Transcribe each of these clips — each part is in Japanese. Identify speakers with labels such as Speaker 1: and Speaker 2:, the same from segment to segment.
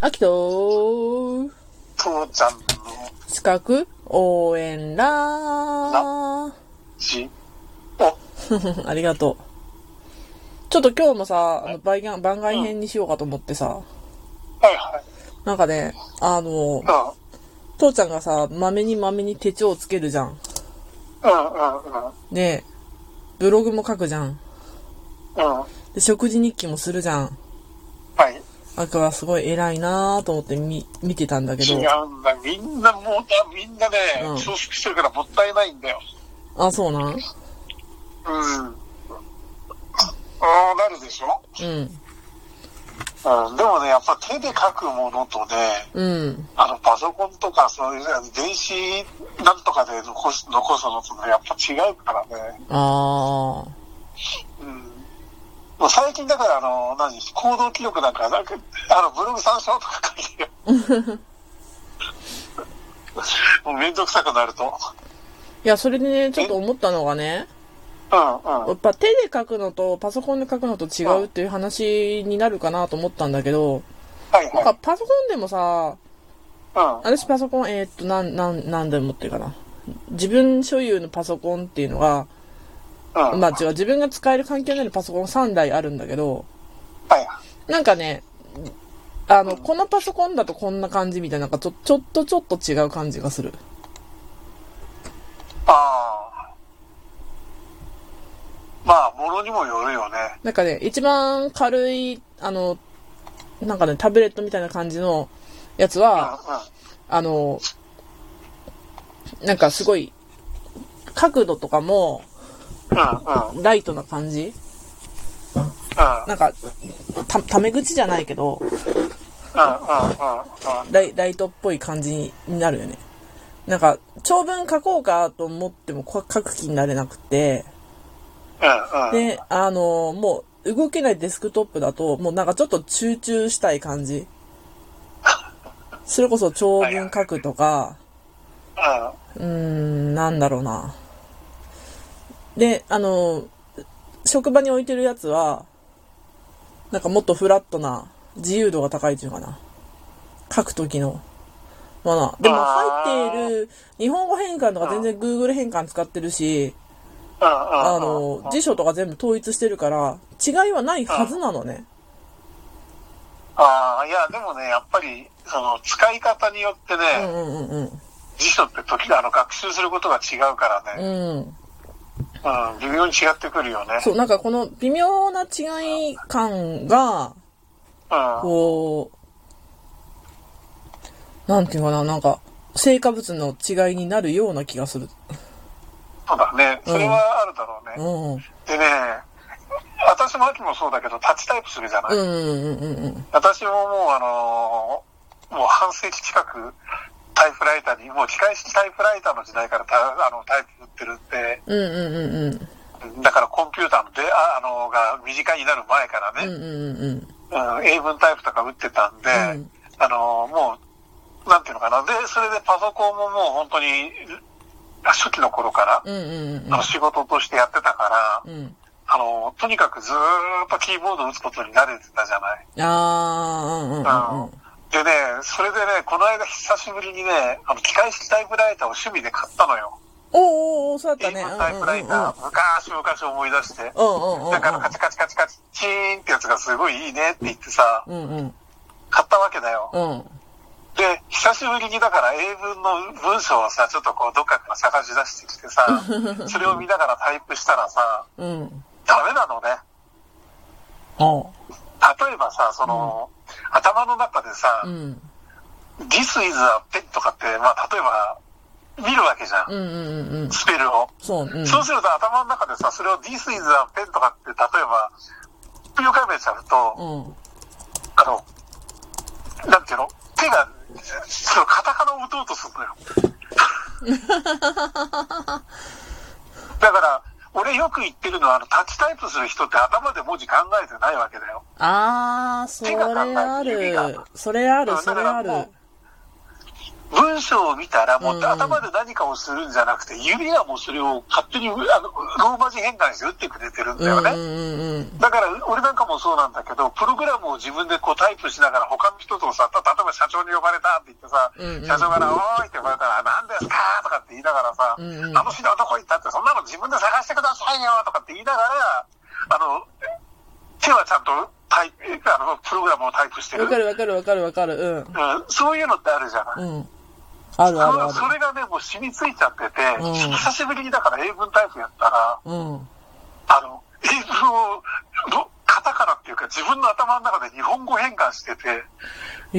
Speaker 1: 秋と、
Speaker 2: 父ちゃんの
Speaker 1: 資格応援ラー
Speaker 2: 血を、
Speaker 1: ありがとう。ちょっと今日もさ、あの番外番外編にしようかと思ってさ、
Speaker 2: はいはい。
Speaker 1: なんかね、あの、
Speaker 2: う
Speaker 1: 父ちゃんがさ、豆に豆に手帳をつけるじゃん。
Speaker 2: ん、うん、うん、
Speaker 1: で、ブログも書くじゃん。
Speaker 2: うん。うん。
Speaker 1: で、食事日記もするじゃん。
Speaker 2: はい。
Speaker 1: あくはすごい偉いなーと思ってみ、見てたんだけ
Speaker 2: 違
Speaker 1: ど。
Speaker 2: うんだ。みんなもう、みんなね、
Speaker 1: うん
Speaker 2: 重複してるからもったいないんだよ。
Speaker 1: あ、そうなん
Speaker 2: うん。ああ、なるでしょ
Speaker 1: うん。
Speaker 2: うん。でもね、やっぱ手で書くものとね、
Speaker 1: うん。
Speaker 2: あの、パソコンとか、そういう、電子なんとかで残す、残すのとね、やっぱ違うからね。
Speaker 1: あー。
Speaker 2: うん。もう最近だから、あの、何、行動記録なんか、なんか、あの、ブログ参照とか書 いてよ。もうめんどくさくなると。
Speaker 1: いや、それでね、ちょっと思ったのがね、
Speaker 2: うんう
Speaker 1: やっ
Speaker 2: ん。
Speaker 1: ぱ手で書くのとパソコンで書くのと違うっていう話になるかなと思ったんだけど、
Speaker 2: はい
Speaker 1: なんか
Speaker 2: は
Speaker 1: パソコンでもさ、
Speaker 2: い。
Speaker 1: 私パソコン、えーっと、なん、なん、なんでもっていうかな。自分所有のパソコンっていうのが、
Speaker 2: うん。うん。
Speaker 1: まあ違う、自分が使える環境にあるパソコン3台あるんだけど、
Speaker 2: はい。
Speaker 1: なんかね、あの、このパソコンだとこんな感じみたいな、なんかちょ、ちょっとちょっと違う感じがする。
Speaker 2: ああ。まあ、ものにもよるよね。
Speaker 1: なんかね、一番軽い、あの、なんかね、タブレットみたいな感じのやつ
Speaker 2: うん
Speaker 1: は、あの、なんかすごい、角度とかも
Speaker 2: うん。うんうん。
Speaker 1: ライトな感じ
Speaker 2: うん。
Speaker 1: なんか、た、タメ口じゃないけど、
Speaker 2: うん。うん。うん。
Speaker 1: ライライトっぽい感じにになるよね。なんか、長文書こうかと思ってもこ書く気になれなくて、
Speaker 2: うん。うん。
Speaker 1: で、あの、もう動けないデスクトップだと、もうなんかちょっと集中したい感じ。それこそ長文書くとか、
Speaker 2: う
Speaker 1: うー
Speaker 2: ん。
Speaker 1: ん、なんだろうな。で、あの、職場に置いてるやつは、なんかもっとフラットな、自由度が高いというのかな。書くときの。まあな、でも
Speaker 2: あ
Speaker 1: 入
Speaker 2: ー
Speaker 1: っている、日本語変換とか全然 Google 変換使ってるし、あ
Speaker 2: あ
Speaker 1: の、辞書とか全部統一してるから、違いはないはずなのね。
Speaker 2: ああ、いや、でもね、やっぱり、その、使い方によってね、
Speaker 1: うんうんうん
Speaker 2: 辞書って時あの、学習することが違うからね、
Speaker 1: うん。うん。
Speaker 2: うん、微妙に違ってくるよね。
Speaker 1: そう、なんかこの微妙な違い感が、
Speaker 2: うん、うん、
Speaker 1: こう、なんていうのかな、なんか、成果物の違いになるような気がする。
Speaker 2: そうだね。それはあるだろ
Speaker 1: うん。う
Speaker 2: うね。
Speaker 1: ん
Speaker 2: でね、私も秋もそうだけど、タッチタイプするじゃない、
Speaker 1: うんうんうん。
Speaker 2: 私ももう、あのーもう半世紀近く、タイプライターに、もう機械式タイプライターの時代からタあのタイプ打ってるって、
Speaker 1: うんうんうんうん。
Speaker 2: だからコンピューターので、あ、あのーが身近になる前からね、
Speaker 1: うんうんうんうん。
Speaker 2: うん、英文タイプとか打ってたんで、
Speaker 1: うん
Speaker 2: あの、もう、なんていうのかな。で、それでパソコンももう本当に、初期の頃から、
Speaker 1: うんうん
Speaker 2: あの仕事としてやってたから、
Speaker 1: うん。うん。
Speaker 2: あの、とにかくずーっとキーボード打つことに慣れてたじゃない。
Speaker 1: あ
Speaker 2: でね、それでね、この間久しぶりにね、あの、機械式タイプライターを趣味で買ったのよ。
Speaker 1: ー、うんうんうん。おーおーおー、そうだ
Speaker 2: 英
Speaker 1: ったね。うん
Speaker 2: 文タイプライター、昔昔思い出して。
Speaker 1: うんうんうん。
Speaker 2: だからカチカチカチカチ、チーンってやつがすごいいいねって言ってさ、
Speaker 1: うんうんうん。
Speaker 2: 買ったわけだよ。
Speaker 1: うん。
Speaker 2: で、久しぶりにだから英文の文章をさ、ちょっとこうどっかから探し出してき てさ、それを見ながらタイプしたらさ、
Speaker 1: うん。
Speaker 2: ダメなのね。
Speaker 1: あ
Speaker 2: 例えばさ、その、頭の中でさ、
Speaker 1: あ。うん。
Speaker 2: this is a pen とかって、まあ例えば、見るわけじゃん。
Speaker 1: うんうんうんうん。
Speaker 2: スペルを。
Speaker 1: そう、うん。
Speaker 2: そうすると頭の中でさ、それを this is a pen とかって、例えば、読み替えちゃうと、
Speaker 1: うん。
Speaker 2: あの、なんていうの手が、そのカタカナを打とうとするのよ。だから、俺よく言ってるのは、あの、タッチタイプする人って頭で文字考えてないわけだよ。
Speaker 1: ああ、それある。それある、それある。
Speaker 2: 文章を見たら、も
Speaker 1: う
Speaker 2: うん頭で何かをするんじゃなくて、指はもうそれを勝手に、あの、ローマ字変換して打ってくれてるんだ
Speaker 1: うん
Speaker 2: よね。
Speaker 1: うんうんうん。
Speaker 2: だから、俺なんかもそうなんだけど、プログラムを自分でこうタイプしながら他の人とさ、た例えばば社長に呼ばれたって言ってさ、
Speaker 1: うんうん
Speaker 2: 社長から、おーいって呼ばれたら、何ですかとかって言いながらさ、
Speaker 1: んうん
Speaker 2: あの資料どこ行ったって、そんなの自分で探してくださいよとかって言いながら、あの、手はちゃんとタイあの、プログラムをタイプして
Speaker 1: わ
Speaker 2: る。
Speaker 1: かるわかるわかるわかる。うん。
Speaker 2: うん、そういうのってあるじゃない。
Speaker 1: うん。あるあるあ
Speaker 2: それがね、もう染みついちゃってて、
Speaker 1: うん
Speaker 2: 久しぶりにだから英文タイプやったら、
Speaker 1: る。うん。
Speaker 2: あの、英文を、どカタカナっていうか自分の頭の中で日本語変換してて、
Speaker 1: ええ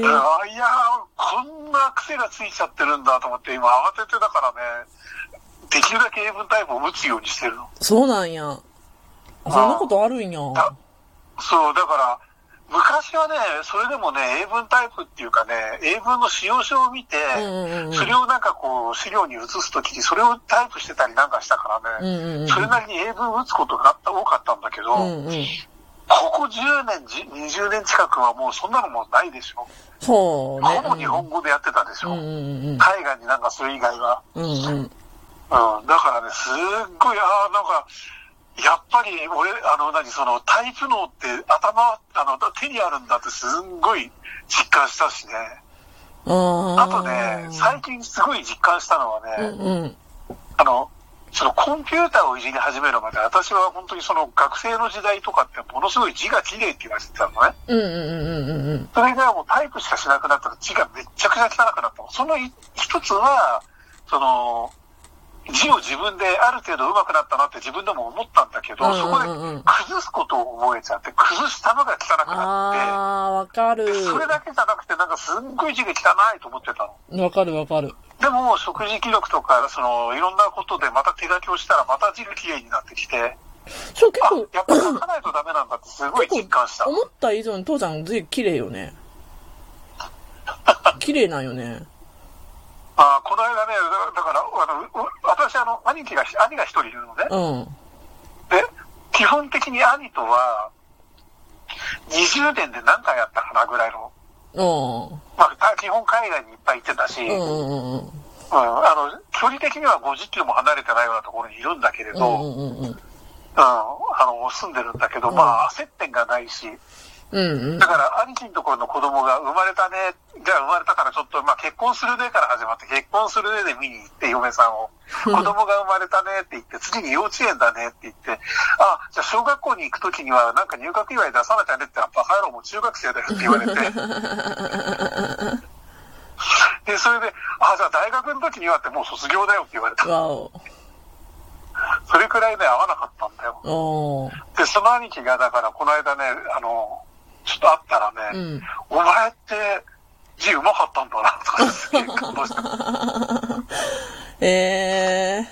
Speaker 2: うんあ、いやー、こんな癖がついちゃってるんだと思って、今慌ててだからね、できるだけ英文タイプを打つようにしてるの。
Speaker 1: そうなんや。あそんなことあるんや。
Speaker 2: あそう、だから、昔はね、それでもね、英文タイプっていうかね、英文の使用書を見て、
Speaker 1: うんうんうん
Speaker 2: それをなんかこう、資料に移すときに、それをタイプしてたりなんかしたから
Speaker 1: うん
Speaker 2: ね、
Speaker 1: うんうん。
Speaker 2: それなりに英文打つことが多かったんだけど、
Speaker 1: うんうん。
Speaker 2: ここ10年、じ20年近くはもうそんなのもうないでしょ。
Speaker 1: そうね。
Speaker 2: ほぼ日本語でやってたでし
Speaker 1: う
Speaker 2: ょ。
Speaker 1: んうん
Speaker 2: 海外になんかそれ以外は。
Speaker 1: うん。うんうん。
Speaker 2: うん、だからね、すっごい、ああ、なんか、やっぱり俺、あの、何、その、タイプ能って頭、あの、手にあるんだってすんごい実感したしね。あ
Speaker 1: あ
Speaker 2: とね、最近すごい実感したのはね、
Speaker 1: うんうん。
Speaker 2: あの、そのコンピューターをいじり始めるまで、私は本当にその学生の時代とかってものすごい字が綺麗って言われてたのね。
Speaker 1: うんうんうんうんうん。
Speaker 2: それがもうタイプしかしなくなったら字がめっちゃくちゃ汚くなったの。その一一つは、その、字を自分である程度上手くなったなって自分でも思ったんだけど、
Speaker 1: うん
Speaker 2: そ
Speaker 1: うん
Speaker 2: こで
Speaker 1: うんうん
Speaker 2: 崩すことを覚えちゃって、崩したのが汚くなっ
Speaker 1: あー、わかる
Speaker 2: て、。それだけじゃなくてなんかすんごい字が汚いと思ってたの。
Speaker 1: わかるわかる。
Speaker 2: でも、食事記録とか、その、いろんなことでまた手書きをしたら、また字が綺麗になってきて、
Speaker 1: そう結
Speaker 2: あ
Speaker 1: 構、、
Speaker 2: やっぱ書かないとダメなんだってすごい実
Speaker 1: 結
Speaker 2: 感した
Speaker 1: 構、。思った以上に父ちゃん字綺麗よ ね。綺麗なんよね。
Speaker 2: あこの間ね、だだから、あの、う私、あの、兄貴が、兄が一人いるのね。
Speaker 1: うん。
Speaker 2: で、基本的に兄とは、20年で何回やったかなぐらいの、
Speaker 1: うん。
Speaker 2: まあ、た基本海外にいっぱい行ってたし、
Speaker 1: うん
Speaker 2: うん
Speaker 1: うんうん。
Speaker 2: あの、距離的には50キロも離れてないようなところにいるんだけれ
Speaker 1: う
Speaker 2: ど、うん
Speaker 1: んうんうん。
Speaker 2: あの、住んでるんだけど、まあ、接点がないし、
Speaker 1: うんうん
Speaker 2: だ。から、兄貴のところの子供が生まれたね、じゃあ生まれたからちょっと、まあ結婚するねから始まって、結婚するねで見に行って、嫁さんを。子供が生まれたねって言って、次に幼稚園だねって言って、あ、じゃあ小学校に行くときにはなんか入学祝い出さなきゃねって、バカ野郎もう中学生だよって言われて。で、それで、あ、じゃあ大学の時にはってもう卒業だよって言われた。
Speaker 1: わお。
Speaker 2: それくらいね、合わなかったんだよ。
Speaker 1: おー。
Speaker 2: で、その兄貴が、だから、この間ね、あの、ちょっと会ったらね、
Speaker 1: うん
Speaker 2: お前って字うまかったんだな、とかすげえ感動して、
Speaker 1: えー。
Speaker 2: うん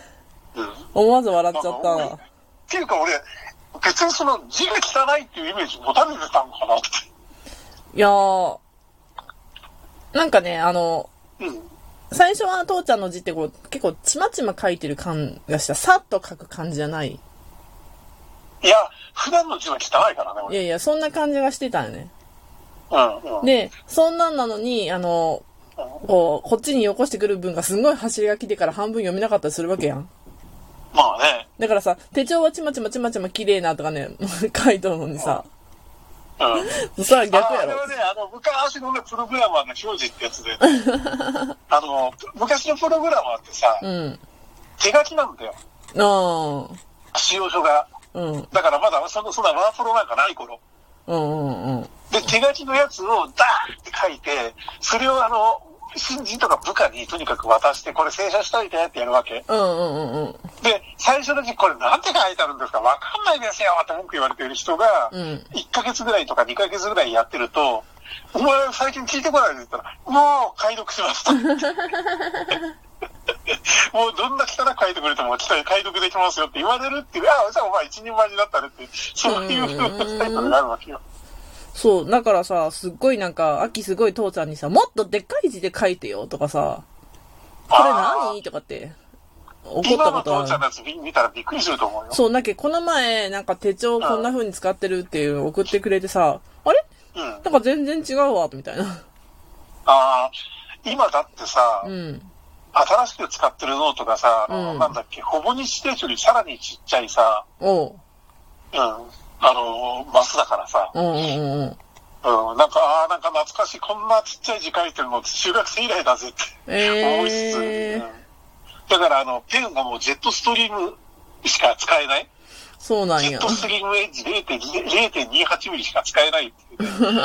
Speaker 1: 思わず笑っちゃった
Speaker 2: なんか
Speaker 1: わ
Speaker 2: 俺。っていうか俺、別にその字が汚いっていうイメージ持たれてたのかなって。
Speaker 1: いやー。なんかね、あの、
Speaker 2: うん。
Speaker 1: 最初は父ちゃんの字ってこう、結構ちまちま書いてる感がした。さっと書く感じじゃない。
Speaker 2: いや、普段の字は汚いからね、
Speaker 1: い
Speaker 2: 俺。
Speaker 1: やいや、そんな感じがしてたよね。
Speaker 2: うん、うん。
Speaker 1: で、そんなんなのに、あの、こう、こっちによこしてくる分がすんごい走りが来てから半分読めなかったりするわけやん。
Speaker 2: まあね、
Speaker 1: だからさ、手帳はちまちまちまちま綺麗なとかね、 書いとるのにさ、
Speaker 2: うん。
Speaker 1: そら逆
Speaker 2: あ
Speaker 1: や
Speaker 2: あれは
Speaker 1: ろ。
Speaker 2: ね、あの、昔のね、プログラマーの表示ってや つで、あの、昔のプログラマーってさ、
Speaker 1: うん。
Speaker 2: 手書きなんだよ。
Speaker 1: あ
Speaker 2: 使用書が。
Speaker 1: あ、うん、
Speaker 2: だからまだその、そんなワープロなんかない頃。
Speaker 1: うん、うん、うん。
Speaker 2: で、手書きのやつをダーって書いて、それをあの、新人とか部下にとにかく渡して、これ正社しといてってやるわけ。
Speaker 1: うん、うん、うん、うん。
Speaker 2: で、最初の時これなんて書いてあるんですかわかんないですよって文句言われてる人が、
Speaker 1: うん
Speaker 2: 1ヶ月ぐらいとか2ヶ月ぐらいやってると、お前最近聞いてこないって言ったら、もう解読しました。 もうどんな汚く書いてくれても、汚い解読できますよって言われるっていう、ああ、じゃあお前一人前になったねっていう、そういうふうなタイトルがあるわけよ。
Speaker 1: そう、だからさ、すっごいなんか、秋すごい父ちゃんにさ、もっとでっかい字で書いてよとかさ、これ何とかって、怒った
Speaker 2: 今の
Speaker 1: ことあ
Speaker 2: 父
Speaker 1: る
Speaker 2: ちゃん。のやつ見たらびっくりすると思うよ。
Speaker 1: そう、だっけこの前、なんか手帳こんな風に使ってるっていうのを送ってくれてさ、あれ
Speaker 2: うん。
Speaker 1: な
Speaker 2: あ
Speaker 1: んか全然違うわ、みたいな。
Speaker 2: あー、今だってさ、
Speaker 1: うん。
Speaker 2: 新しく使ってるノートがさ、あの
Speaker 1: うん
Speaker 2: なんだっけ、ほぼ日定書よりさらにちっちゃいさ、
Speaker 1: おう。
Speaker 2: うん、あの、マスだからさ、
Speaker 1: うんうんうんうん。
Speaker 2: うん、なんか、ああ、なんか懐かしい、こんなちっちゃい字書いてるの、中学生以来だぜって思いつつ、
Speaker 1: えー
Speaker 2: うんだから、あの、ペンがもうジェットストリームしか使えない。
Speaker 1: そうなん
Speaker 2: ジェ
Speaker 1: や
Speaker 2: ッ。トストリームエッジ0.2 0.28ミリしか使えないっていうね、うん。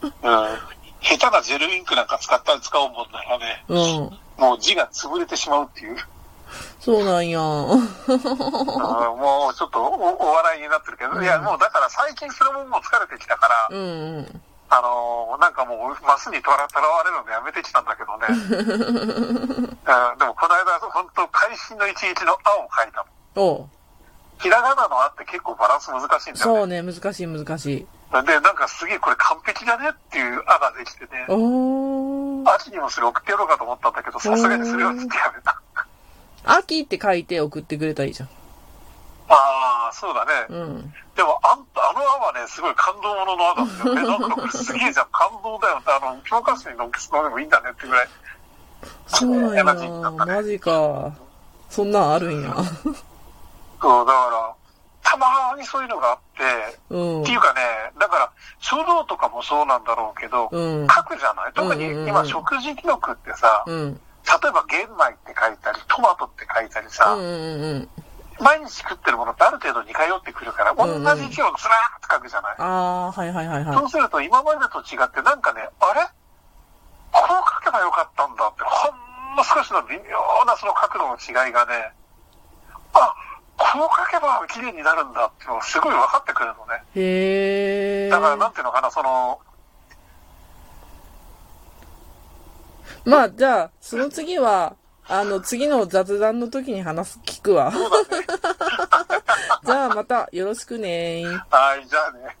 Speaker 2: 下手なジェルインクなんか使ったら使うもんならね、
Speaker 1: うん。
Speaker 2: もう字が潰れてしま うっていう。
Speaker 1: そうなんや。
Speaker 2: うんもうちょっとおお笑いになってるけど、いや、もうだから最近それももう疲れてきたから、
Speaker 1: うんうん。
Speaker 2: あのーなんかもう、マスにとらとらわれるのやめてきたんだけど ね。うん、でも、この間、本当会心の一日の「あ」を書いたの。
Speaker 1: おう
Speaker 2: ひらがなの「あ」って結構バランス難しいんだ
Speaker 1: そ
Speaker 2: よ
Speaker 1: うね、難しい難しい。
Speaker 2: ね。で、なんかすげえこれ完璧だねっていう「あ」ができてね。
Speaker 1: おー。
Speaker 2: 秋にもそれ送ってやろうかと思ったんだけど、さすがにそれはちょっとやめた。
Speaker 1: 秋って書いて送ってくれたらいいじゃん。
Speaker 2: ああ、そうだ
Speaker 1: う
Speaker 2: ね。
Speaker 1: ん。
Speaker 2: でも、あんあの「あ」はね、すごい感動ものの「あ」だったよね。なんかこれすげえじゃん、感動だよって、あの、教科書に載せてもいいんだねってぐらい。
Speaker 1: そうなんや。
Speaker 2: エナジーになったね
Speaker 1: マジか。そんなんあるん や。
Speaker 2: そう、だから、たまにそういうのがあって、
Speaker 1: うん
Speaker 2: って。いうかね、だから、書道とかもそうなんだろうけど、
Speaker 1: うん。
Speaker 2: 書くじゃない特
Speaker 1: う
Speaker 2: に
Speaker 1: んうんうん
Speaker 2: 今、食事記録ってさ、
Speaker 1: うん。
Speaker 2: 例えば玄米って書いたり、トマトって書いたり
Speaker 1: う
Speaker 2: さ、
Speaker 1: んうんうん。
Speaker 2: 毎日食ってるものってある程度似通ってくるから、同
Speaker 1: んうん
Speaker 2: じ字をずらーって書くじゃない、
Speaker 1: あー、はいはいはい
Speaker 2: そ
Speaker 1: は
Speaker 2: うすると今までと違って、なんかね、あれこう書けばよかったんだって、ほんの少しの微妙なその角度の違いがね、あ、こう書けば綺麗になるんだっていうのがすごい分かってくるのね。
Speaker 1: い。へ
Speaker 2: だか
Speaker 1: ー
Speaker 2: ら、なん。ていうのかな、その、
Speaker 1: まあ、じゃあ、その次は、あの、次の雑談の時に話す、 聞くわ。じゃあ、また、よろしくねー。
Speaker 2: はい、じゃあね。